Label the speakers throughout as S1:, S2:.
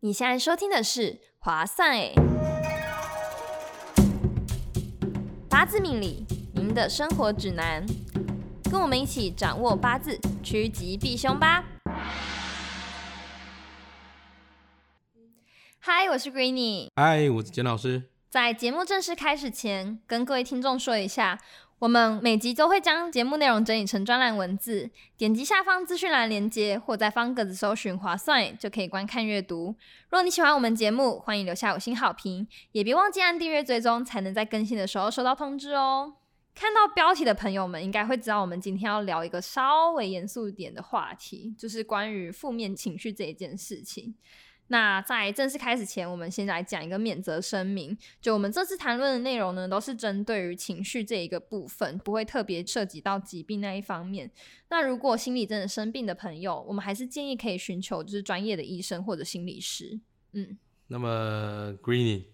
S1: 你现在收听的是《划算诶》，八字命理，您的生活指南，跟我们一起掌握八字，趋吉避凶吧。嗨，我是 Greeny。
S2: 嗨，我是简老师。
S1: 在节目正式开始前，跟各位听众说一下，我们每集都会将节目内容整理成专栏文字，点击下方资讯栏链接，或在方格子搜寻“划算”就可以观看阅读。如果你喜欢我们节目，欢迎留下五星好评，也别忘记按订阅追踪，才能在更新的时候收到通知哦。看到标题的朋友们应该会知道，我们今天要聊一个稍微严肃一点的话题，就是关于负面情绪这一件事情。那在正式开始前，我们先来讲一个免责声明。就我们这次谈论的内容呢，都是针对于情绪这一个部分，不会特别涉及到疾病那一方面。那如果心理真的生病的朋友，我们还是建议可以寻求就是专业的医生或者心理师。嗯，
S2: 那么 Greeny，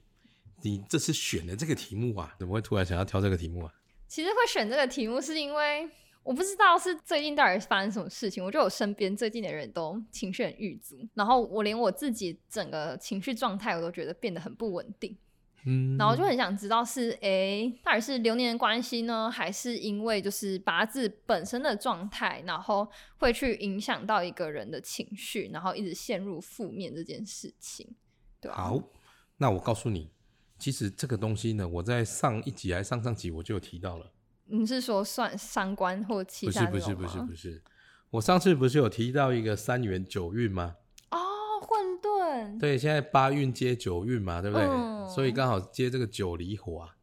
S2: 你这次选的这个题目啊，怎么会突然想要挑这个题目啊？
S1: 其实会选这个题目是因为我不知道是最近到底发生什么事情，我觉得我身边最近的人都情绪很郁卒，然后我连我自己整个情绪状态我都觉得变得很不稳定。
S2: 嗯
S1: 然后就很想知道是诶、到底是流年的关系呢，还是因为就是八字本身的状态，然后会去影响到一个人的情绪，然后一直陷入负面这件事情，对啊吧、
S2: 好，那我告诉你，其实这个东西呢，我在上一集还是上上集我就有提到了，
S1: 你是说算三观或其
S2: 不
S1: 他
S2: 是
S1: 那
S2: 不
S1: 种
S2: 是
S1: 吗
S2: 不是不是，我上次不是有提到一个三元九运吗？
S1: 哦，混沌
S2: 对，现在八运接九运嘛，对不对？
S1: 嗯
S2: 所以刚好接这个九离火啊。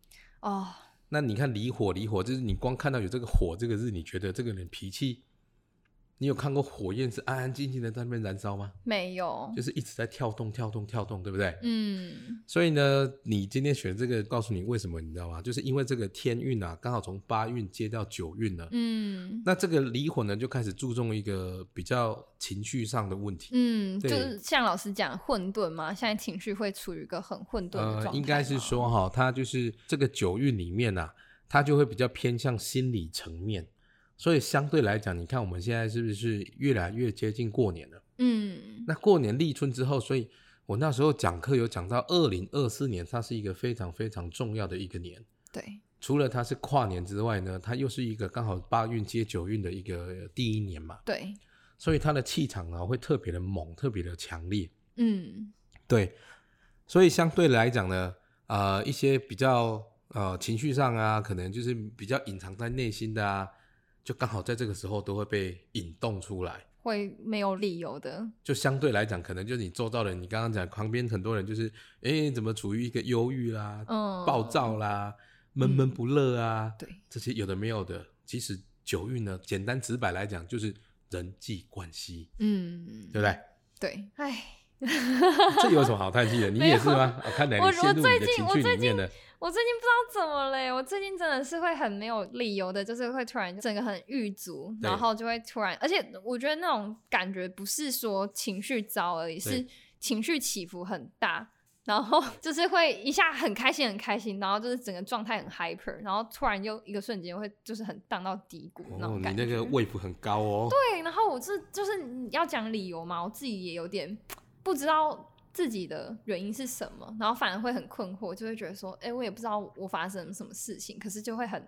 S1: 哦，
S2: 那你看离火，离火就是你光看到有这个火这个字，你觉得这个人脾气，你有看过火焰是安安静静的在那边燃烧吗？
S1: 没有，
S2: 就是一直在跳动、跳动、跳动，对不对？
S1: 嗯
S2: 所以呢，你今天选这个，告诉你为什么，你知道吗？就是因为这个天运啊，刚好从八运接到九运了。
S1: 嗯
S2: 那这个离火呢，就开始注重一个比较情绪上的问题。
S1: 嗯，就
S2: 对
S1: 是像老师讲混沌嘛，现在情绪会处于一个很混沌的状态、
S2: 呃，应该是，说哈，它就是这个九运里面啊，它就会比较偏向心理层面。所以相对来讲，你看我们现在是不是越来越接近过年了？
S1: 嗯
S2: 那过年立春之后，所以我那时候讲课有讲到，二零二四年它是一个非常非常重要的一个年。
S1: 对，
S2: 除了它是跨年之外呢，它又是一个刚好八运接九运的一个第一年嘛，
S1: 对，
S2: 所以它的气场呢会特别的猛，特别的强烈。
S1: 嗯
S2: 对，所以相对来讲呢，呃，一些比较呃情绪上啊，可能就是比较隐藏在内心的啊，就刚好在这个时候都会被引动出来。
S1: 会没有理由的，
S2: 就相对来讲，可能就是你周遭的人，你刚刚讲旁边很多人就是，哎，怎么处于一个忧郁啦、
S1: 嗯，
S2: 暴躁啦、闷闷不乐啊，
S1: 对，
S2: 这些有的没有的。其实九运呢，简单直白来讲就是人际关系，
S1: 嗯，
S2: 对不 对？
S1: 对，哎，
S2: 这有什么好叹气的？你
S1: 没有
S2: 也是吗？哦、看来
S1: 我
S2: 你
S1: 我
S2: 陷入
S1: 最
S2: 你的
S1: 近
S2: 情
S1: 我
S2: 绪
S1: 最
S2: 里面了。
S1: 我最近不知道怎么嘞，我最近真的是会很没有理由的，就是会突然整个很郁卒，
S2: 对
S1: 然后就会突然，而且我觉得那种感觉不是说情绪糟而已，是
S2: 对
S1: 情绪起伏很大。然后 就是会一下很开心很开心，然后就是整个状态很 hyper，然后突然又一个瞬间会就是很荡到低谷那
S2: 哦，
S1: 种
S2: 你
S1: 感觉。
S2: 那个位幅很高哦。
S1: 对，然后我是就是你要讲理由嘛，我自己也有点不知道自己的原因是什么，然后反而会很困惑，就会觉得说，哎、我也不知道我发生了什么事情，可是就会很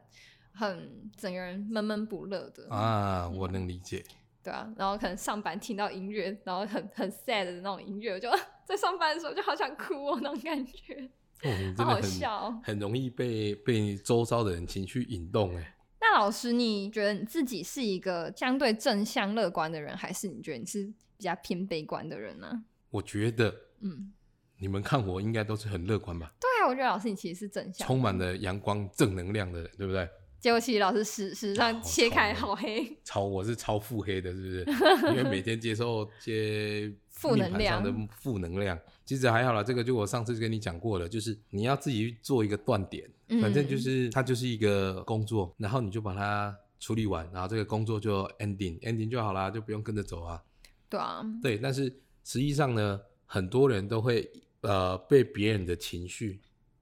S1: 很整个人闷闷不乐的，
S2: 啊，我能理解。
S1: 对啊，然后可能上班听到音乐，然后很很 sad 的那种音乐，我就 在上班的时候就好想哭哦，那种感觉，
S2: 哦，你真
S1: 好好
S2: 的很
S1: 笑哦。
S2: 很容易被被周遭的人情绪引动哎。
S1: 那老师，你觉得你自己是一个相对正向乐观的人，还是你觉得你是比较偏悲观的人呢、
S2: 我觉得
S1: 嗯。
S2: 你们看我应该都是很乐观吧，
S1: 对啊，我觉得老师你其实是正向，
S2: 充满了阳光正能量的人，对不对？
S1: 结果其实老师实实际上
S2: 好
S1: 切开
S2: 丑
S1: 好黑，
S2: 超我是超腹黑的，是不是？ 因为每天接受接
S1: 负能
S2: 命盘上
S1: 量
S2: 的负能量，其实还好啦。这个就我上次跟你讲过了，就是你要自己去做一个断点，
S1: 嗯
S2: 反正就是它就是一个工作，然后你就把它处理完，然后这个工作就 ending ending 就好啦，就不用跟着走啊。
S1: 对啊，
S2: 对，但是实际上呢，很多人都会呃被别人的情绪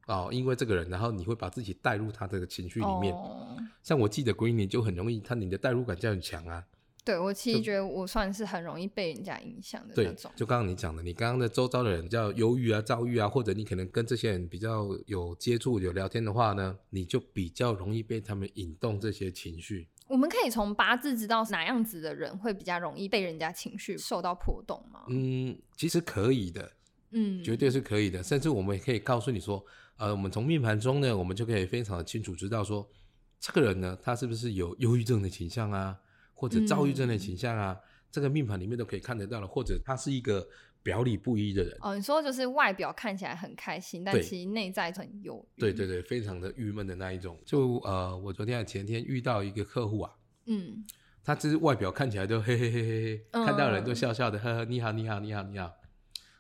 S2: 哦，因为这个人，然后你会把自己带入他这个情绪里面。
S1: 哦、
S2: 像我记得 Green 你就很容易，他你的代入感就很强啊。
S1: 对我其实觉得我算是很容易被人家影响的那
S2: 对
S1: 种，。
S2: 就刚刚你讲的，你刚刚的周遭的人比较忧郁啊、躁郁啊，或者你可能跟这些人比较有接触、有聊天的话呢，你就比较容易被他们引动这些情绪。
S1: 我们可以从八字知道哪样子的人会比较容易被人家情绪受到波动吗？
S2: 嗯，其实可以的，
S1: 嗯，
S2: 绝对是可以的。甚至我们也可以告诉你说，呃，我们从命盘中呢，我们就可以非常的清楚知道说，这个人呢，他是不是有忧郁症的倾向啊，或者躁郁
S1: 嗯
S2: 症的倾向啊，这个命盘里面都可以看得到了，或者他是一个表里不一的人。
S1: 哦，你说就是外表看起来很开心，但
S2: 对
S1: 其实内在很忧郁。
S2: 对对，对，非常的郁闷的那一种。就呃，我昨天还前天遇到一个客户啊，
S1: 嗯，
S2: 他只是外表看起来都嘿嘿嘿嘿嘿，看到人都
S1: 嗯
S2: 笑笑的，呵呵，你好你好你好你好。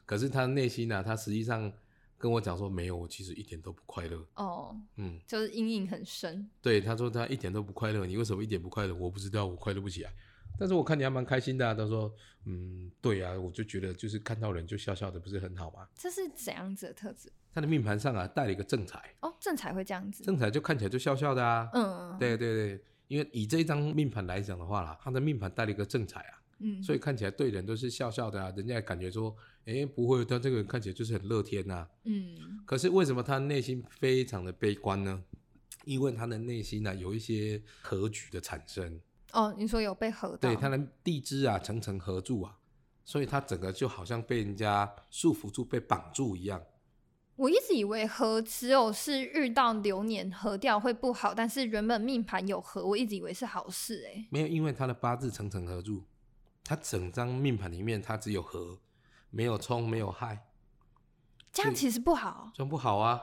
S2: 可是他内心呢、啊，他实际上跟我讲说，没有，我其实一点都不快乐。
S1: 哦，
S2: 嗯，
S1: 就是阴影很深。
S2: 对，他说他一点都不快乐，你为什么一点不快乐？我不知道，我快乐不起来。但是我看你还蛮开心的、啊。他说，嗯，对啊，我就觉得就是看到人就笑笑的，不是很好吗？
S1: 这是怎样子的特质？
S2: 他的命盘上啊带了一个正财，
S1: 哦，正才会这样子。
S2: 正财就看起来就笑笑的啊。
S1: 嗯，，
S2: 对对对，因为以这一张命盘来讲的话啦，他的命盘带了一个正财啊，
S1: 嗯，
S2: 所
S1: 以
S2: 以看起来对人都是笑笑的啊，人家也感觉说，哎，不会，他这个人看起来就是很乐天呐、啊。
S1: 嗯，
S2: 可是为什么他内心非常的悲观呢？因为他的内心呢、有一些格局的产生，
S1: 哦，你说有被合到？
S2: 对他的地支啊层层合住啊，所以他整个就好像被人家束缚住、被绑住一样。
S1: 我一直以为合只有是遇到流年合掉会不好，但是原本命盘有合，我一直以为是好事哎、
S2: 没有，因为他的八字层层合住，他整张命盘里面他只有合，没有冲，没有害，
S1: 这样其实不好
S2: 这样不好啊。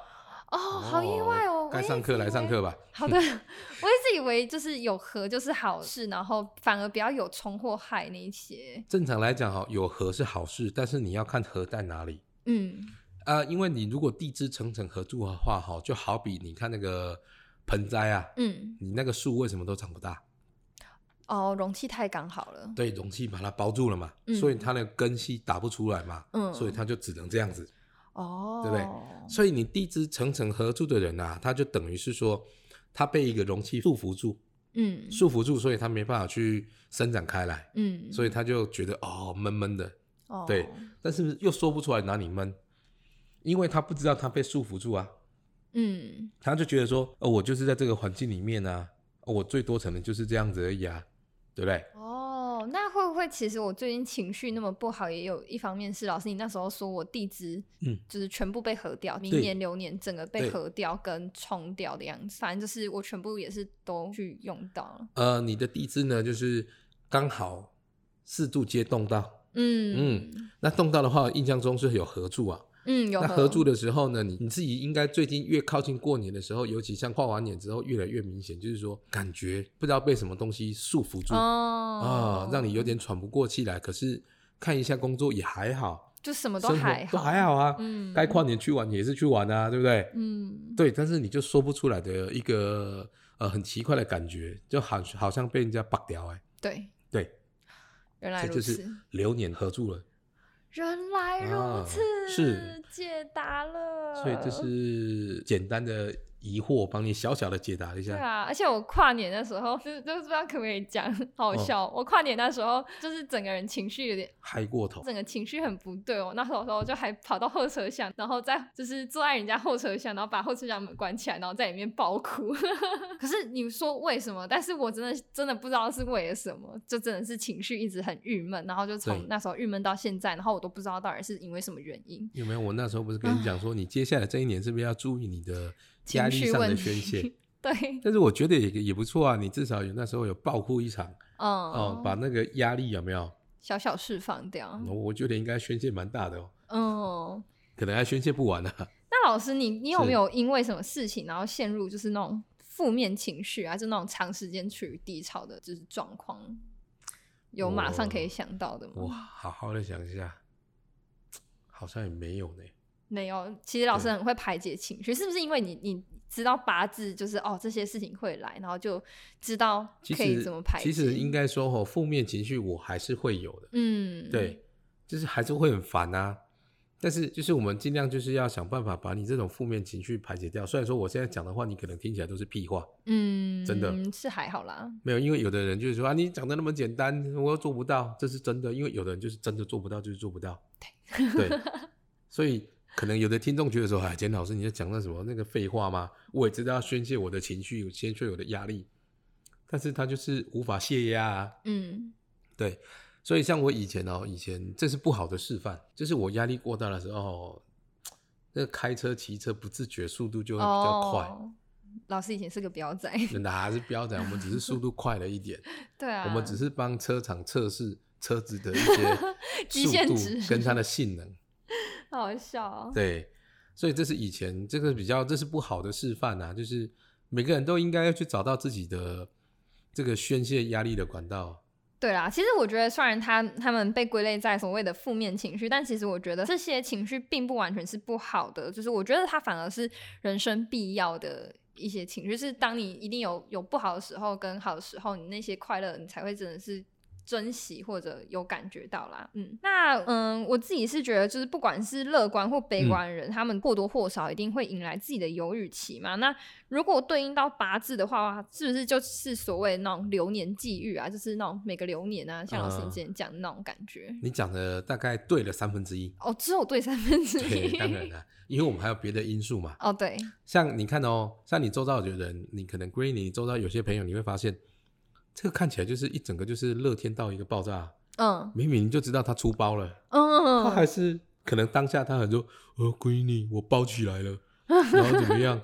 S1: 哦，好意外哦。
S2: 该上课来上课
S1: 吧。
S2: 吧。
S1: 好的，我一 直以为就是有合就是好事，然后反而不要有冲或害那一些。
S2: 正常来讲哈，有合是好事，但是你要看合在哪里
S1: 嗯，
S2: 啊、因为你如果地支层层合住的话哈，就好比你看那个盆栽啊，
S1: 嗯，
S2: 你那个树为什么都长不大？
S1: 哦，容器太刚好了。
S2: 对，容器把它包住了嘛，
S1: 嗯
S2: 所以它的根系打不出来嘛，
S1: 嗯
S2: 所以它就只能这样子。
S1: 哦，
S2: 对不对所以你地支层层合住的人啊，他就等于是说，他被一个容器束缚住，
S1: 嗯
S2: 束缚住，所以他没办法去生长开来，
S1: 嗯，
S2: 所以他就觉得哦闷闷的，
S1: 哦
S2: 对，但是又说不出来哪里闷，因为他不知道他被束缚住啊，
S1: 嗯
S2: 他就觉得说，哦，我就是在这个环境里面啊，哦我最多可能就是这样子而已啊，对不对？
S1: 哦，那会不会其实我最近情绪那么不好，也有一方面是老师你那时候说我地支，
S2: 嗯，
S1: 就是全部被合掉，明
S2: 对
S1: 年流年整个被
S2: 对
S1: 合掉跟冲掉的样子，反正就是我全部也是都去用到了。
S2: 呃，你的地支呢，就是刚好四柱皆动到，
S1: 嗯嗯
S2: 那动到的话，印象中是有合住啊。
S1: 嗯，有
S2: 那合住
S1: 的
S2: 的时候呢，你你自己应该最近越靠近过年的时候，尤其像跨完年之后，越来越明显，就是说感觉不知道被什么东西束缚住啊、
S1: 哦
S2: 让你有点喘不过气来。可是看一下工作也还好，
S1: 就什么都
S2: 生活
S1: 还
S2: 都还好啊。
S1: 嗯
S2: 该跨年去玩也是去玩啊，对不对？
S1: 嗯
S2: 对，但是你就说不出来的一个呃很奇怪的感觉，就好好像被人家绑掉哎、
S1: 对，
S2: 对，
S1: 原来
S2: 这
S1: 如
S2: 就
S1: 此，
S2: 是流年合住了，
S1: 原来如
S2: 啊
S1: 此，
S2: 是
S1: 解答了，
S2: 所以这是简单的疑惑，帮你小小的解答一
S1: 对
S2: 下。
S1: 啊，而且我跨年的时候，就就不知道可不可以讲， 好好
S2: 哦
S1: 笑。我跨年那时候就是整个人情绪有点，
S2: 嗨过头，
S1: 整个情绪很不对哦。那时候我就还跑到后车厢，然后再就是坐在人家后车厢，然后把后车厢门关起来，然后在里面爆哭。 可是你说为什么？但是我真的真的不知道是为了什么，就真的是情绪一直很郁闷，然后就从
S2: 对
S1: 那时候郁闷到现在，然后我都不知道到底是因为什么原因。
S2: 有没有？我那时候不是跟你讲说，你接下来这一年是不是要注意你的
S1: 啊情
S2: 压力
S1: 绪
S2: 上
S1: 问
S2: 的
S1: 题
S2: 宣泄？
S1: 对，
S2: 但是我觉得也也不错啊，你至少有那时候有爆哭一场
S1: 嗯，
S2: 哦、把哦那个压力有没有？
S1: 小小释放掉，
S2: 我觉得应该宣泄蛮大的哦，
S1: 嗯。
S2: 可能还宣泄不完啊。
S1: 那老师你，你有
S2: 是
S1: 没有因为什么事情，然后陷入就是那种负面情绪啊，就那种长时间处于低潮的，就是状况，有马上可以想到的
S2: 我
S1: 吗？
S2: 好好的想一下，好像也没有呢。
S1: 没有，其实老师很会排解情绪，是不是因为你你知道八字就是哦这些事情会来，然后就知道
S2: 其
S1: 可以
S2: 实
S1: 怎么排解？
S2: 其实应该说哦，负面情绪我还是会有的，
S1: 嗯，
S2: 对，就是还是会很烦啊。但是就是我们尽量就是要想办法把你这种负面情绪排解掉。虽然说我现在讲的话，你可能听起来都是屁话，
S1: 嗯，
S2: 真的
S1: 是还好啦，
S2: 没有，因为有的人就是说啊，你讲的那么简单，我又做不到，这是真的。因为有的人就是真的做不到，就是做不到。对，所以可能有的听众觉得说，哎，简老师你在讲那什么那个废话吗？我也知道要宣泄我的情绪，宣泄我的压力，但是他就是无法泄压啊。
S1: 嗯
S2: 对，所以像我以前哦，以前这是不好的示范，就是我压力过大的时候，那开车、骑车不自觉速度就会比较快。
S1: 哦。老师以前是个彪仔，
S2: 哪是标准？我们只是速度快了一点，
S1: 对啊，
S2: 我们只是帮车厂测试车子的一些
S1: 极
S2: 速
S1: 限
S2: 度
S1: 值
S2: 跟 它的性能。
S1: 好好笑、哦，
S2: 对，所以这是以前这个比较，这是不好的示范啊，就是每个人都应该要去找到自己的这个宣泄压力的管道。
S1: 对啦，其实我觉得，虽然他他们被归类在所谓的负面情绪，但其实我觉得这些情绪并不完全是不好的，就是我觉得它反而是人生必要的一些情绪。就是当你一定有有不好的时候跟好的时候，你那些快乐你才会真的是珍惜或者有感觉到啦。嗯，那嗯，我自己是觉得，就是不管是乐观或悲观的人，他们或多或少一定会引来自己的忧郁期嘛。那如果对应到八字的话，是不是就是所谓那种流年际遇啊？就是那种每个流年啊，像老
S2: 嗯
S1: 师你之前讲的那种感觉。，
S2: 你讲的大概对了三分之一
S1: 哦，只有对三分之
S2: 对，
S1: 一。
S2: 当然了，因为我们还有别的因素嘛。
S1: 哦，对，
S2: 像你看哦，像你周遭的人，你可能 Green，你周遭有些朋友，你会发现这个看起来就是一整个就是乐天到一个爆炸，
S1: 嗯
S2: 明明就知道他出包了。他
S1: 嗯，
S2: 还是可能当下他很说，呃，闺女，我包起来了， 然后怎么样？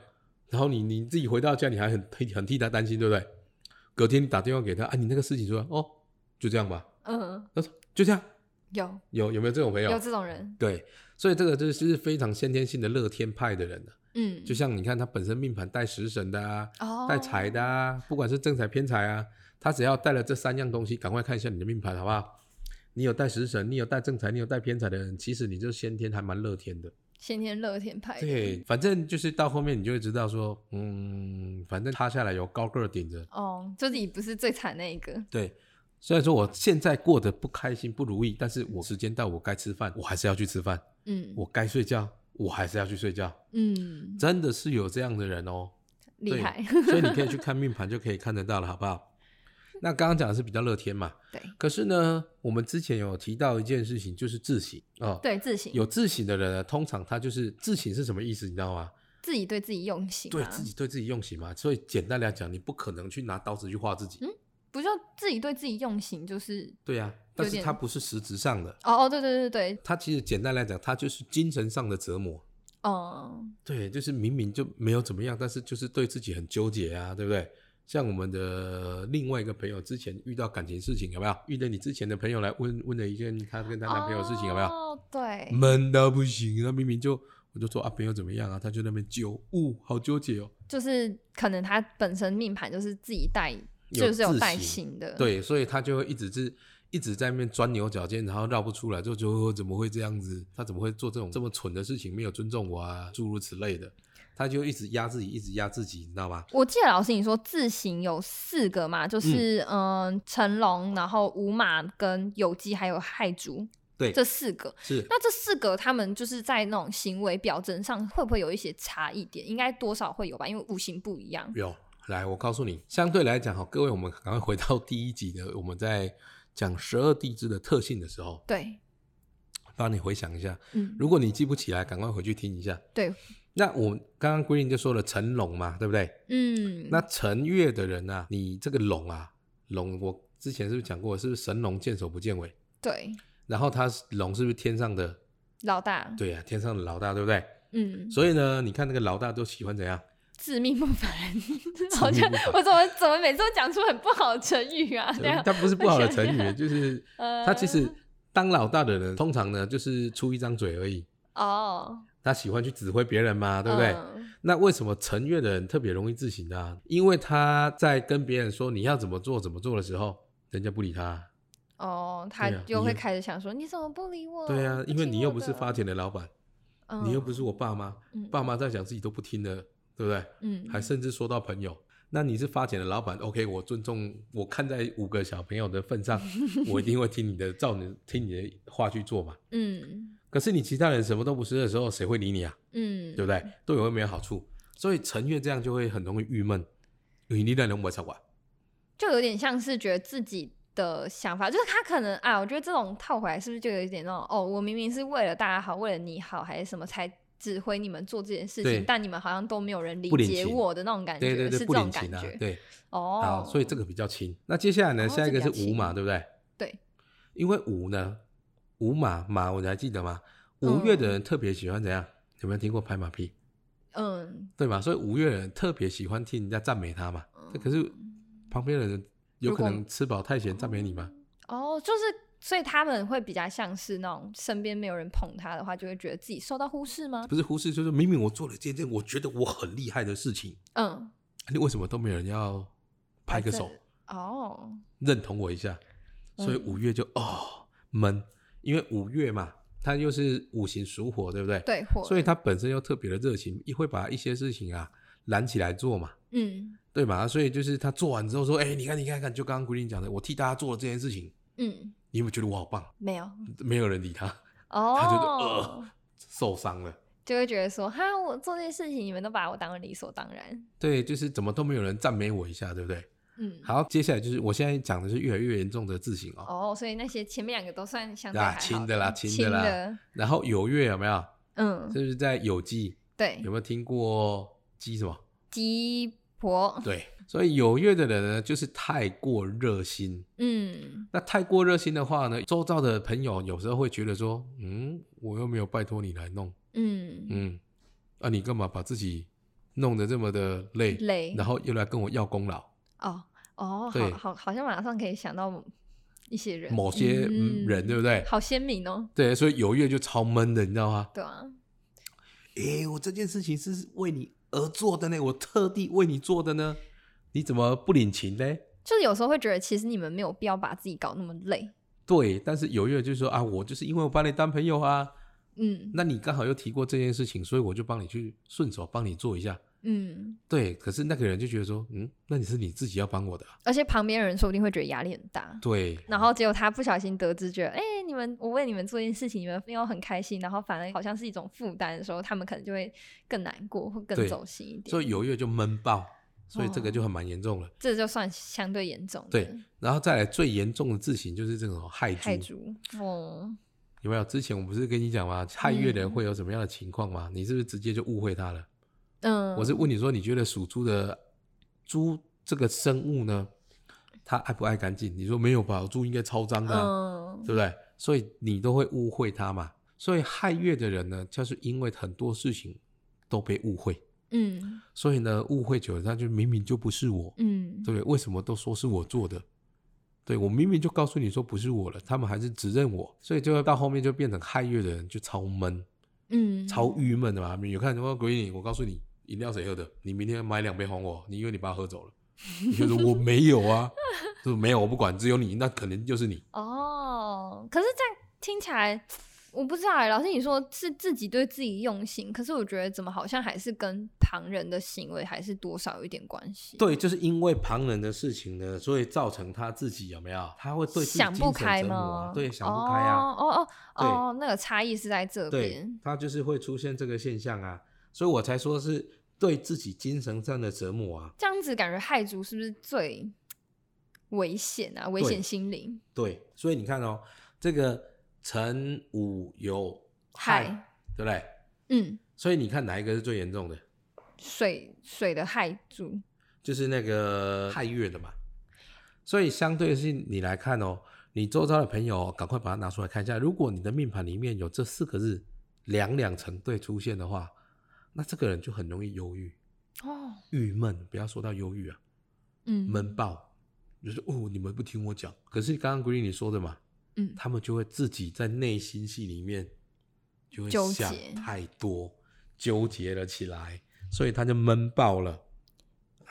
S2: 然后你你自己回到家，你还很替很替他担心，对不对？隔天你打电话给他，啊，你那个事情说，哦，就这样吧。
S1: 嗯，
S2: 他说就这样，
S1: 有
S2: 有有没有这种朋
S1: 有
S2: 友？
S1: 这种人，
S2: 对，所以这个就是非常先天性的乐天派的人、啊、
S1: 嗯，
S2: 就像你看他本身命盘带食神的啊，
S1: 哦，
S2: 带财的啊，不管是正财偏财啊，他只要带了这三样东西，赶快看一下你的命盘好不好？你有带食神，你有带正财，你有带偏财的人，其实你就先天还蛮乐天的。
S1: 先天乐天派的，
S2: 对，反正就是到后面你就会知道说，嗯，反正塌下来有高个儿顶着。
S1: 哦，就自己不是最惨那一个，
S2: 对，虽然说我现在过得不开心不如意，但是我时间到，我该吃饭，我还是要去吃饭；
S1: 嗯
S2: 我该睡觉，我还是要去睡觉。
S1: 嗯，
S2: 真的是有这样的人哦。
S1: 厉
S2: 对
S1: 害，
S2: 所以你可以去看命盘就可以看得到了，好不好？那刚刚讲的是比较乐天嘛，
S1: 对
S2: 可是呢，我们之前有提到一件事情，就是自省哦。
S1: 对，自省，
S2: 有自省的人呢，通常他就是自省是什么意思，你知道吗？
S1: 自己对自己用心、啊，
S2: 对自己对自己用刑嘛。所以简单来讲，你不可能去拿刀子去划自己。
S1: 嗯不就自己对自己用心，就是
S2: 对呀、但是
S1: 点
S2: 它不是实质上的，
S1: 哦哦，对对对对，
S2: 它其实简单来讲，它就是精神上的折磨。
S1: 嗯
S2: 对，就是明明就没有怎么样，但是就是对自己很纠结啊，对不对？像我们的另外一个朋友之前遇到感情事情有没有？遇到你之前的朋友来问问了一件她跟她男朋友的事情有没嗯有？
S1: 哦，对，
S2: 闷到不行，她明明就我就说啊朋友怎么样啊，她就在那边揪，呜、好纠结哦。
S1: 就是可能他本身命盘就是自己带，
S2: 有
S1: 就是有
S2: 自
S1: 带
S2: 省
S1: 型的，，
S2: 对，所以她就会一直是一直在那边钻牛角尖，然后绕不出来，就就、哦怎么会这样子？她怎么会做这种这么蠢的事情？没有尊重我啊，诸如此类的，她就一直压自己，一直压自己，你知道吗？
S1: 我记得老师你说字形有四个嘛，就是嗯辰、龙，然后午马跟酉鸡还有亥猪
S2: 对，
S1: 这四个。
S2: 是
S1: 那这四个他们就是在那种行为表征上会不会有一些差异点？应该多少会有吧，因为五行不一样。
S2: 有，来，我告诉你，相对来讲哈，各位，我们赶快回到第一集的，我们在讲十二地支的特性的时候，
S1: 对，
S2: 帮你回想一下。
S1: 嗯，
S2: 如果你记不起来，赶快回去听一下。
S1: 对，
S2: 那我刚刚 Green 就说了辰龙嘛，对不对？
S1: 嗯，
S2: 那辰月的人啊，你这个龙啊，龙，我之前是不是讲过，是不是神龙见首不见尾？
S1: 对，
S2: 然后他是龙是不是天上的？
S1: 老大，
S2: 对呀、天上的老大，对不对？
S1: 嗯，
S2: 所以呢，你看那个老大都喜欢怎 样？
S1: 自命不 凡，好像
S2: 不凡
S1: 我怎么怎么每次都讲出很不好的成语啊？这样，
S2: 它不是不好的成 语，就是
S1: 呃，
S2: 他其实当老大的人，通常呢就是出一张嘴而已。
S1: 哦，
S2: 他喜欢去指挥别人嘛，对不对？
S1: 嗯
S2: 那为什么陈月的人特别容易自省啊？因为他在跟别人说你要怎么做怎么做的时候，人家不理他。
S1: 哦，他
S2: 对啊
S1: 就
S2: 你
S1: 会
S2: 又
S1: 开始想说，你怎么不理哦我？
S2: 对啊，因为
S1: 听
S2: 你又
S1: 我
S2: 不是
S1: 的
S2: 发，钱的老板，
S1: 嗯
S2: 你又不是我爸妈，
S1: 嗯
S2: 爸妈在讲自己都不听的，对不对？
S1: 嗯，
S2: 还甚至说到朋友。那你是发钱的老板，OK，我尊重，我看在 五个小朋友的份上，我一定会听你的，照你听你的话去做嘛。
S1: 嗯，
S2: 可是你其他人什么都不是的时候，谁会理你啊？
S1: 嗯，
S2: 对不对？对我又没有好处，所以陈月这样就会很容易郁闷。你力量能不能超过？
S1: 就有点像是觉得自己的想法，就是他可能啊，我觉得这种套回来是不是就有一点那种哦，我明明是为了大家好，为了你好，还是什么才指挥你们做这件事
S2: 对
S1: 情，但你们好像都没有人理
S2: 不领
S1: 解
S2: 情
S1: 我的那种感觉，
S2: 对对对，
S1: 是
S2: 不
S1: 这种
S2: 领
S1: 感
S2: 情啊
S1: 觉，，
S2: 对，
S1: 哦
S2: 好，，所以这个比较轻。那接下来呢，
S1: 哦
S2: 下一个
S1: 这
S2: 是
S1: 比较
S2: 五马，
S1: 轻
S2: 对不对？
S1: 对，
S2: 因为五呢，五马马，我还记得吗？五月的人特别喜欢怎样？有没有听过拍马屁？
S1: 嗯，
S2: 对吧？所以五月的人特别喜欢听人家赞美他嘛。这可是旁边的人有
S1: 如
S2: 可
S1: 果
S2: 能吃饱太闲赞美你吗？
S1: 哦，就是。所以他们会比较像是那种身边没有人捧他的话，就会觉得自己受到忽视吗？
S2: 不是忽视，就是明明我做了这件我觉得我很厉害的事情，啊
S1: 嗯，
S2: 你为什么都没有人要拍个手
S1: 反哦，
S2: 认同我一下？
S1: 嗯
S2: 所以五月就、哦闷，因为五月嘛，它又是五行属火，对不对？
S1: 对，或
S2: 所以它本身又特别的热情，也会把一些事情啊揽起来做嘛，
S1: 嗯
S2: 对吧？所以就是他做完之后说，哎、你看，你看，看，就刚刚古林讲的，我替大家做了这件事情，
S1: 嗯，
S2: 你有没有觉得我好棒？
S1: 没有
S2: 没有人理他，
S1: 哦，
S2: 嗯他觉得呃受伤了。
S1: 就会觉得说，哈，我做这些事情，你们都把我当成理所当然。
S2: 对，就是怎么都没有人赞美我一下，对不对？
S1: 嗯，
S2: 好，接下来就是我现在讲的是越来越严重的字形哦。
S1: 哦，所以那些前面两个都算相对
S2: 啊
S1: 还好
S2: 轻的啦轻
S1: 轻
S2: 的啦然后有月有没有？
S1: 嗯，
S2: 就是在有机
S1: 对
S2: 有，没有听过鸡什么？
S1: 鸡婆，
S2: 对，所以有月的人呢，就是太过热心。
S1: 嗯，
S2: 那太过热心的话呢，周遭的朋友有时候会觉得说，嗯，我又没有拜托你来弄，
S1: 嗯，
S2: 嗯，啊，你干嘛把自己弄得这么的累，
S1: 累
S2: 然后又来跟我要功劳？
S1: 哦哦，
S2: 对
S1: 好好，好像马上可以想到一些人，
S2: 某些嗯
S1: 嗯
S2: 人对不对
S1: 好鲜明哦，
S2: 对，所以有月就超闷的，你知道吗？
S1: 对啊，
S2: 诶，我这件事情是为你而做的呢，我特地为你做的呢，你怎么不领情呢？
S1: 就是有时候会觉得，其实你们没有必要把自己搞那么累。
S2: 对，但是有一个人就说啊，我就是因为我把你当朋友啊，
S1: 嗯
S2: 那你刚好又提过这件事情，所以我就帮你去顺手帮你做一下。
S1: 嗯，
S2: 对，可是那个人就觉得说，嗯，那你是你自己要帮我的啊、
S1: 而且旁边的人说不定会觉得压力很大。
S2: 对，
S1: 然后结果他不小心得知，觉得哎、你们我为你们做一件事情，你们没有很开心，然后反而好像是一种负担的时候，他们可能就会更难过，或
S2: 对
S1: 更走心一点。
S2: 所以有一个就闷爆，所以这个
S1: 哦
S2: 就很蛮严重了。
S1: 这就算相对严重的。
S2: 对，然后再来最严重的字形就是这种害猪，
S1: 害猪哦，
S2: 有没有？之前我不是跟你讲吗？害月的
S1: 嗯
S2: 人会有什么样的情况吗？你是不是直接就误会他了？
S1: 嗯，
S2: 我是问你说，你觉得属猪的猪这个生物呢，它爱不爱干净？你说没有吧，猪应该超脏的啊、
S1: 嗯
S2: 对不对？所以你都会误会它嘛。所以亥月的人呢，就是因为很多事情都被误会，
S1: 嗯
S2: 所以呢，误会久了，他就明明就不是我，
S1: 嗯
S2: 对不对？为什么都说是我做的？对我明明就告诉你说不是我了，他们还是指认我，所以就会到后面就变成亥月的人就超闷、
S1: 嗯，
S2: 超郁闷的嘛。有看什么鬼影？我告诉你，饮料谁喝的？你明天买两杯还我，你以为你把它喝走了？你就说我没有啊，说没有我不管，只有你，那可能就是你。
S1: 哦。可是这样听起来，我不知道哎、老师你说是自己对自己用心，可是我觉得怎么好像还是跟旁人的行为还是多少有一点关系。
S2: 对，就是因为旁人的事情呢，所以造成他自己有没有？他会对自己
S1: 想不
S2: 精神
S1: 开
S2: 折磨
S1: 吗
S2: 啊？对，想不开啊。
S1: 哦哦哦
S2: 对
S1: 哦，那个差异是在这
S2: 对
S1: 边，。
S2: 他就是会出现这个现象啊，所以我才说是对自己精神上的折磨啊。
S1: 这样子感觉害族是不是最危险啊？危险心灵，
S2: 对，所以你看哦，这个辰午酉亥
S1: 害，
S2: 对不对？
S1: 嗯，
S2: 所以你看哪一个是最严重的？
S1: 水水的害族，哦
S2: 就是那个亥月的嘛。所以相对性你来看哦，你周遭的朋友哦赶快把它拿出来看一下。如果你的命盘里面有这四个字两两成对出现的话，那这个人就很容易忧郁、
S1: 哦，
S2: 郁闷，不要说到忧郁啊，
S1: 嗯，
S2: 闷爆，就是哦，你们不听我讲。可是刚刚 Green 你说的嘛，
S1: 嗯
S2: 他们就会自己在内心戏里面就会
S1: 纠
S2: 想
S1: 结
S2: 太多，纠结了起来，所以他就闷爆了。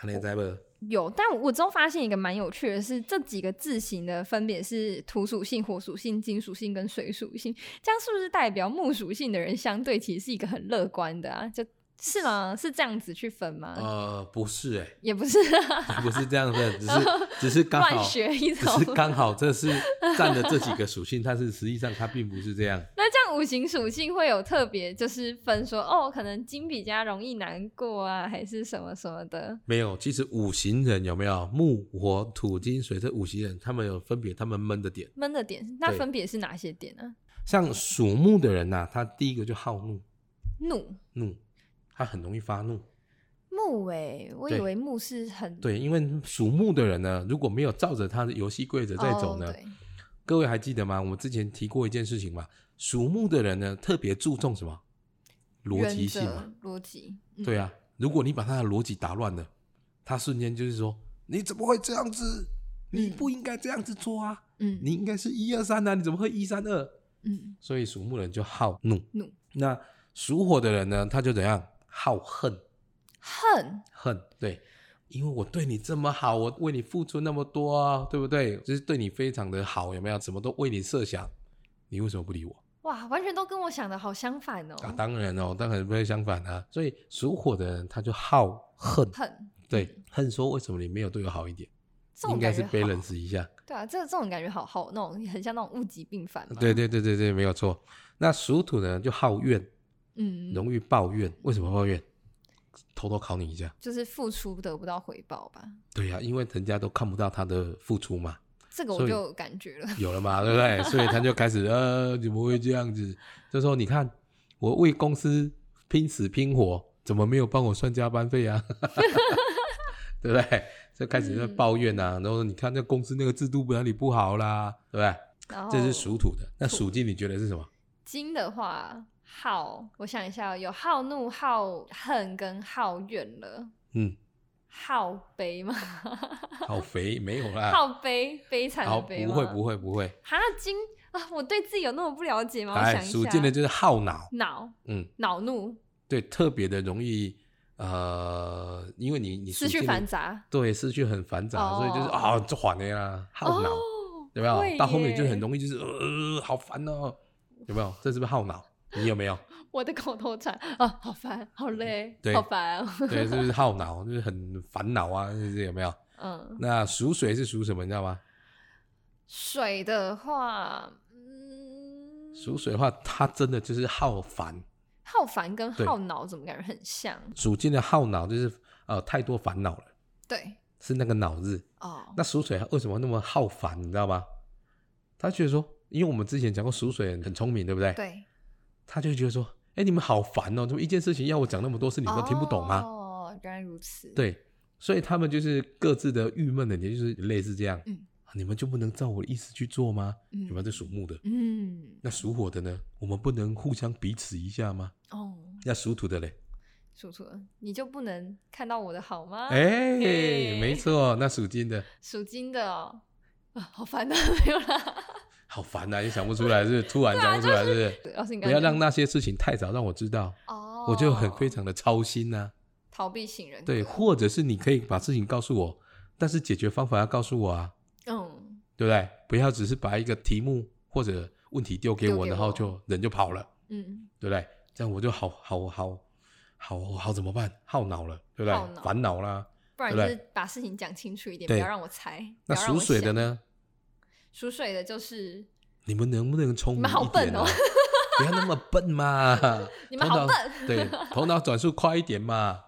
S2: 阿内在不？
S1: 有，但我之后发现一个蛮有趣的是，这几个字形的分别是土属性、火属性、金属性跟水属性，这样是不是代表木属性的人相对其实是一个很乐观的啊？就是吗？是这样子去分吗？
S2: 呃，不是哎、
S1: 也不是啊，
S2: 不是这样 的，只是只是 刚
S1: 乱
S2: 好，
S1: 学一
S2: 只
S1: 种
S2: 是。刚好 这是占了这几个属性，但是实际上它并不是这样。
S1: 那这样五行属性会有特别，就是分说哦，可能金比较容易难过啊，还是什么什么的。
S2: 没有，其实五行人有没有木、火、土、金、水这五行人，他们有分别他们闷的点。
S1: 闷的点，那
S2: 对
S1: 分别是哪些点呢、
S2: 像属木的人呐、他第一个就好怒，
S1: 怒
S2: 怒，他很容易发怒。
S1: 木诶、我以
S2: 对
S1: 为木是很
S2: 对，因为属木的人呢，如果没有照着他的游戏规则在走呢，
S1: 哦对
S2: 各位还记得吗？我们之前提过一件事情嘛，属木的人呢特别注重什么逻辑性嘛？
S1: 原则逻辑。嗯
S2: 对啊，如果你把他的逻辑打乱了，他瞬间就是说你怎么会这样子？你
S1: 嗯
S2: 不应该这样子做啊！
S1: 嗯
S2: 你应该是一二三啊，你怎么会一三二？
S1: 嗯
S2: 所以属木人就好怒，
S1: 怒。
S2: 那属火的人呢，他就怎样？好恨，
S1: 恨
S2: 恨，对，因为我对你这么好，我为你付出那么多啊，对不对？就是对你非常的好，有没有？什么都为你设想，你为什么不理我？
S1: 哇，完全都跟我想的好相反哦。
S2: 啊，当然哦，当然不会相反啊。所以属火的人他就好恨，
S1: 恨
S2: 对，恨说为什么你没有对我好一点？
S1: 这种
S2: 应该
S1: 感觉
S2: 是
S1: 好
S2: balance 一下。
S1: 对啊，这这种感觉好好那种，很像那种物极必反嘛。
S2: 对，对对对对，没有错。那属土的人就好怨，
S1: 嗯，
S2: 容易抱怨。为什么抱怨？偷偷考你一下。
S1: 就是付出得不到回报吧。
S2: 对呀、因为人家都看不到他的付出嘛，
S1: 这个我
S2: 所以
S1: 就有感觉了。
S2: 有了嘛，对不对？所以他就开始呃，怎么会这样子？就说你看，我为公司拼死拼活，怎么没有帮我算加班费啊？ 对不对？就开始在抱怨啊，然后说你看这公司那个制度哪里不好啦，对不对？
S1: 然后
S2: 这是属土的，那
S1: 哦土
S2: 属金你觉得是什么？
S1: 金的话，好，我想一下哦，有好怒、好恨跟好怨了。
S2: 嗯，
S1: 好悲吗？
S2: 好肥，没有啦，
S1: 好悲，悲惨
S2: 啊好
S1: 的
S2: 不
S1: 悲吗？
S2: 会不会不会，
S1: 哈金啊，我对自己有那么不了解吗？我
S2: 哎，
S1: 想一下，
S2: 属金的就是好恼，
S1: 恼
S2: 嗯，
S1: 恼怒、
S2: 对，特别的容易，呃，因为你你
S1: 思
S2: 属
S1: 绪
S2: 金
S1: 繁
S2: 的，
S1: 杂，
S2: 对，思绪很繁杂，所以就是
S1: 哦
S2: 啊，这缓了呀，耗脑，
S1: 哦，
S2: 有没有？
S1: 会
S2: 到后面就
S1: 耶
S2: 很容易就是呃，好烦哦，有没有？这是不是耗脑？你有没有？
S1: 我的口头禅啊，好烦，好累，
S2: 嗯对
S1: 好烦哦，
S2: 对，是不是耗脑？就是很烦恼啊，就是有没有？
S1: 嗯，
S2: 那属水是属什么？你知道吗？
S1: 水的话，嗯，
S2: 属水的话，它真的就是好烦。
S1: 好烦跟
S2: 对
S1: 好恼怎么感觉很像？
S2: 属金的耗脑就是呃太多烦恼了，
S1: 对，
S2: 是那个脑字。
S1: 哦，
S2: 那属水为什么那么好烦？你知道吗？他觉得说，因为我们之前讲过属水很聪明，对不对？
S1: 对，
S2: 他就觉得说，哎、你们好烦哦、怎么一件事情要我讲那么多次，你们都听不懂吗？
S1: 哦，原来如此，，
S2: 对，所以他们就是各自的郁闷的点，就是类似这样。
S1: 嗯
S2: 啊，你们就不能照我的意思去做吗？
S1: 嗯
S2: 有没有这属木的？
S1: 嗯，
S2: 那属火的呢？我们不能互相彼此一下吗？
S1: 哦，
S2: 那属土的嘞？
S1: 叔叔，你就不能看到我的好吗？
S2: 哎、
S1: 啊嘿
S2: 没错，那属金的
S1: 属金的哦，啊，好烦啊， 没有啦，
S2: 好烦呐、啊，也想不出来，是不是？突然想不出来，是不是？
S1: 啊要是你
S2: 不
S1: 刚
S2: 要
S1: 刚
S2: 让那些事情太早让我知道。
S1: 哦，嗯
S2: 我就很非常的操心呐、
S1: 逃避型人格，
S2: 对，或者是你可以把事情告诉我，但是解决方法要告诉我啊，
S1: 嗯，
S2: 对不对？不要只是把一个题目或者问题丢给
S1: 丢
S2: 我，
S1: 给
S2: 然后
S1: 我
S2: 就人就跑了，
S1: 嗯，
S2: 对不对？这样我就好好好好好怎么办？耗脑了，对不
S1: 耗
S2: 对？
S1: 脑
S2: 烦恼啦。
S1: 不然就
S2: 对不
S1: 是把事情讲清楚一点，不
S2: 对
S1: 要让我猜。
S2: 那
S1: 不要让
S2: 属
S1: 我
S2: 水的
S1: 想？
S2: 呢？
S1: 属水的就是
S2: 你们能不能聪
S1: 你
S2: 明
S1: 们好
S2: 一点
S1: 笨
S2: 啊
S1: 哦
S2: 不要那么笨嘛！
S1: 你们
S2: 头
S1: 好
S2: 脑对，头脑转速快一 点嘛，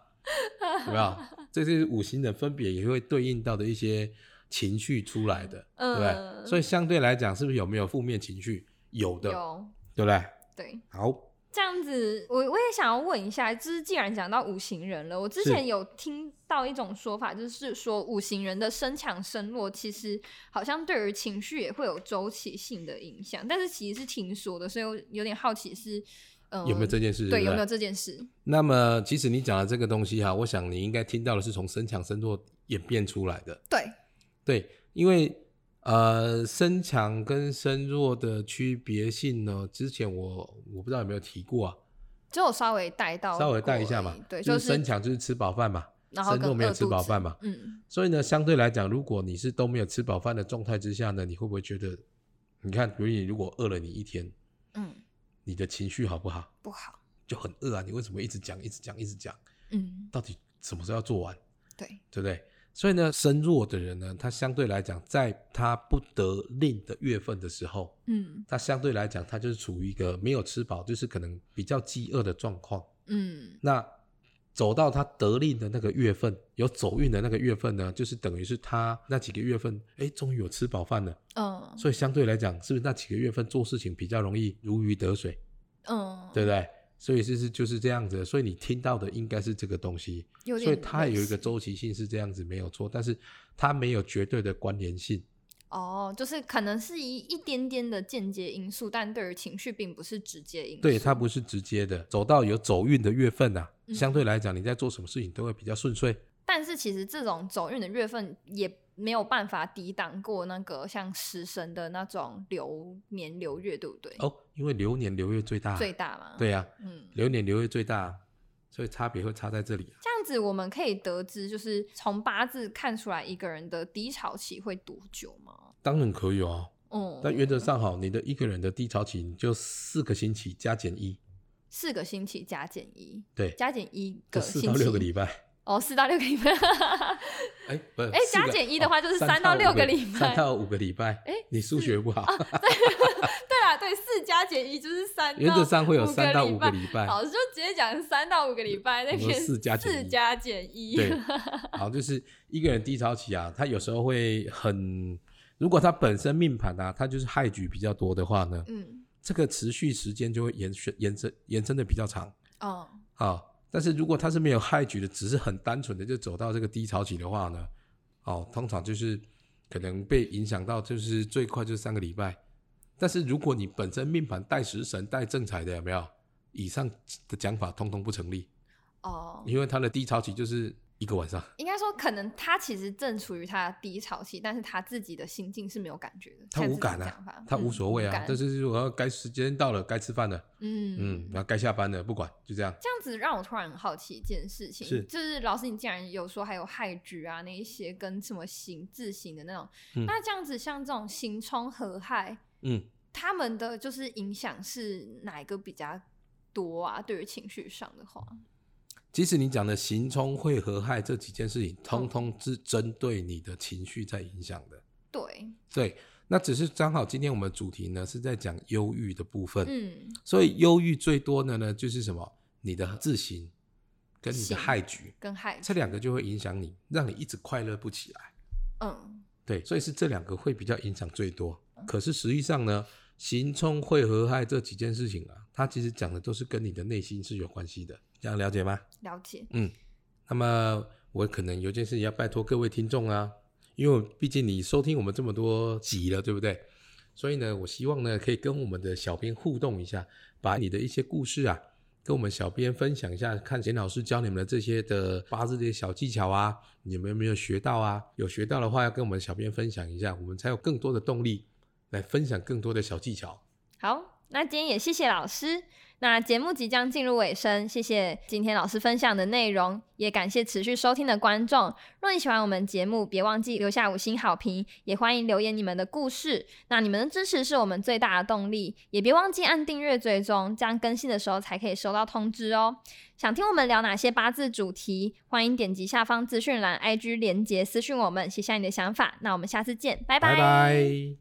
S2: 有没有？这是五行人分别也会对应到的一些情绪出来的，对不
S1: 嗯
S2: 对？所以相对来讲，是不是有没有负面情绪？有的，
S1: 有
S2: 对不对？
S1: 对。
S2: 好，
S1: 这样子，我我也想要问一下，就是既然讲到五行人了，我之
S2: 是
S1: 前有听到一种说法，就是说五行人的身强身弱，其实好像对于情绪也会有周期性的影响，但是其实是听说的，所以我有点好奇是，嗯、
S2: 有没有这件事？
S1: 对
S2: 不
S1: 有没有这件事？
S2: 那么，其实你讲的这个东西哈，我想你应该听到的是从身强身弱演变出来的。
S1: 对，
S2: 对，因为呃，身强跟身弱的区别性呢，之前我我不知道有没有提过啊，
S1: 就我稍微带到，
S2: 稍微带一下嘛。
S1: 对，
S2: 就是身强就是吃饱饭嘛，
S1: 然后
S2: 身
S1: 跟
S2: 弱没有
S1: 饿
S2: 吃
S1: 肚
S2: 饱
S1: 子
S2: 饭嘛。
S1: 嗯，
S2: 所以呢，相对来讲，如果你是都没有吃饱饭的状态之下呢，你会不会觉得，你看，比如你如果饿了你一天，
S1: 嗯，
S2: 你的情绪好不好？
S1: 不好，
S2: 就很饿啊，你为什么一直讲、一直讲、一直讲？
S1: 嗯，
S2: 到底什么时候要做完？
S1: 对，
S2: 对不对？所以呢，身弱的人呢，他相对来讲，在他不得令的月份的时候，
S1: 嗯
S2: 他相对来讲，他就是处于一个没有吃饱，就是可能比较饥饿的状况。
S1: 嗯
S2: 那走到他得令的那个月份，有走运的那个月份呢，就是等于是他那几个月份，哎，终于有吃饱饭了。
S1: 嗯
S2: 所以相对来讲，是不是那几个月份做事情比较容易如鱼得水，
S1: 嗯，
S2: 对不对？所以就是就是这样子，所以你听到的应该是这个东西，
S1: 有
S2: 所以
S1: 点
S2: 它
S1: 类
S2: 有一
S1: 似
S2: 个周期性是这样子没有错，但是它没有绝对的关联性。
S1: 哦，就是可能是一一点点的间接因素，但对于情绪并不是直接因素。
S2: 对，它不是直接的。走到有走运的月份啊，
S1: 嗯
S2: 相对来讲，你在做什么事情都会比较顺遂。
S1: 但是其实这种走运的月份也没有办法抵挡过那个像食神的那种流年流月，对不对？
S2: 哦，因为流年流月最大啊，
S1: 最大嘛。，
S2: 对呀、
S1: 嗯，
S2: 流年流月最大啊，所以差别会差在这里啊。
S1: 这样子我们可以得知，就是从八字看出来一个人的低潮期会多久吗？
S2: 当然可以哦，
S1: 嗯，
S2: 但原则上好，你的一个人的低潮期你就四个星期加减一，
S1: 四个星期加减一，
S2: 对，
S1: 加减一
S2: 就
S1: 个
S2: 四
S1: 星期，
S2: 到六个礼拜。
S1: 哦，四到六个礼拜。
S2: 哎，不是，
S1: 哎
S2: 四个
S1: 加减一的话就是
S2: 哦
S1: 三到六个礼拜
S2: 三到五个礼拜。
S1: 哎
S2: 你数学不好，
S1: 对啦，对，四加减一就是三到。
S2: 原则上会有三到
S1: 五
S2: 五
S1: 个
S2: 个
S1: 礼哦
S2: 礼拜。
S1: 老师就直接讲三到五个礼拜那
S2: 我说
S1: 边
S2: 四加减
S1: 四
S2: 一
S1: 加减一，
S2: 对，好，就是一个人低潮期啊，他有时候会很，如果他本身命盘啊，他就是害局比较多的话呢，
S1: 嗯，
S2: 这个持续时间就会延伸、延伸、延伸的比较长
S1: 哦，
S2: 啊。但是如果他是没有害局的，只是很单纯的就走到这个低潮期的话呢，哦，通常就是可能被影响到，就是最快就是三个礼拜。但是如果你本身命盘带食神、带正财的，有没有？以上的讲法通通不成立，
S1: 哦，
S2: 因为他的低潮期就是一个晚上。
S1: 应该说可能他其实正处于他的低潮期，但是他自己的心境是没有感觉的，
S2: 他
S1: 像这
S2: 无
S1: 种
S2: 感啊
S1: 讲法，
S2: 他无所谓
S1: 嗯无
S2: 啊，
S1: 感
S2: 但是我要该时间到了，该吃饭了，嗯，
S1: 嗯。
S2: 然后该下班了，不管，就这样。
S1: 这样子让我突然很好奇一件事情，
S2: 是
S1: 就是老师，你竟然有说还有害局啊那一些跟什么形字形的那种，
S2: 嗯
S1: 那这样子像这种刑冲合害，
S2: 嗯，
S1: 他们的就是影响是哪一个比较多啊？对于情绪上的话，
S2: 其实你讲的行冲会合害这几件事情，通
S1: 嗯
S2: 通是针对你的情绪在影响的。
S1: 对，
S2: 对，那只是刚好今天我们主题呢是在讲忧郁的部分，
S1: 嗯，
S2: 所以忧郁最多的呢就是什么？你的自行跟你的
S1: 行
S2: 害局，
S1: 跟害，
S2: 这两个就会影响你，让你一直快乐不起来。
S1: 嗯，
S2: 对，所以是这两个会比较影响最多。可是实际上呢，行冲会合害这几件事情啊，它其实讲的都是跟你的内心是有关系的，这样了解吗？
S1: 了解，
S2: 嗯，那么我可能有件事情要拜托各位听众啊，因为毕竟你收听我们这么多集了，对不对？所以呢，我希望呢可以跟我们的小编互动一下，把你的一些故事啊，跟我们小编分享一下，看简老师教你们的这些的八字这些小技巧啊，你们有没有学到啊？有学到的话，要跟我们小编分享一下，我们才有更多的动力来分享更多的小技巧。
S1: 好，那今天也谢谢老师。那节目即将进入尾声，谢谢今天老师分享的内容，也感谢持续收听的观众。若你喜欢我们节目，别忘记留下五星好评，也欢迎留言你们的故事。那你们的支持是我们最大的动力，也别忘记按订阅追踪，这样更新的时候才可以收到通知哦。想听我们聊哪些八字主题，欢迎点击下方资讯栏 IG 连结私讯我们，写下你的想法。那我们下次见，拜
S2: 拜拜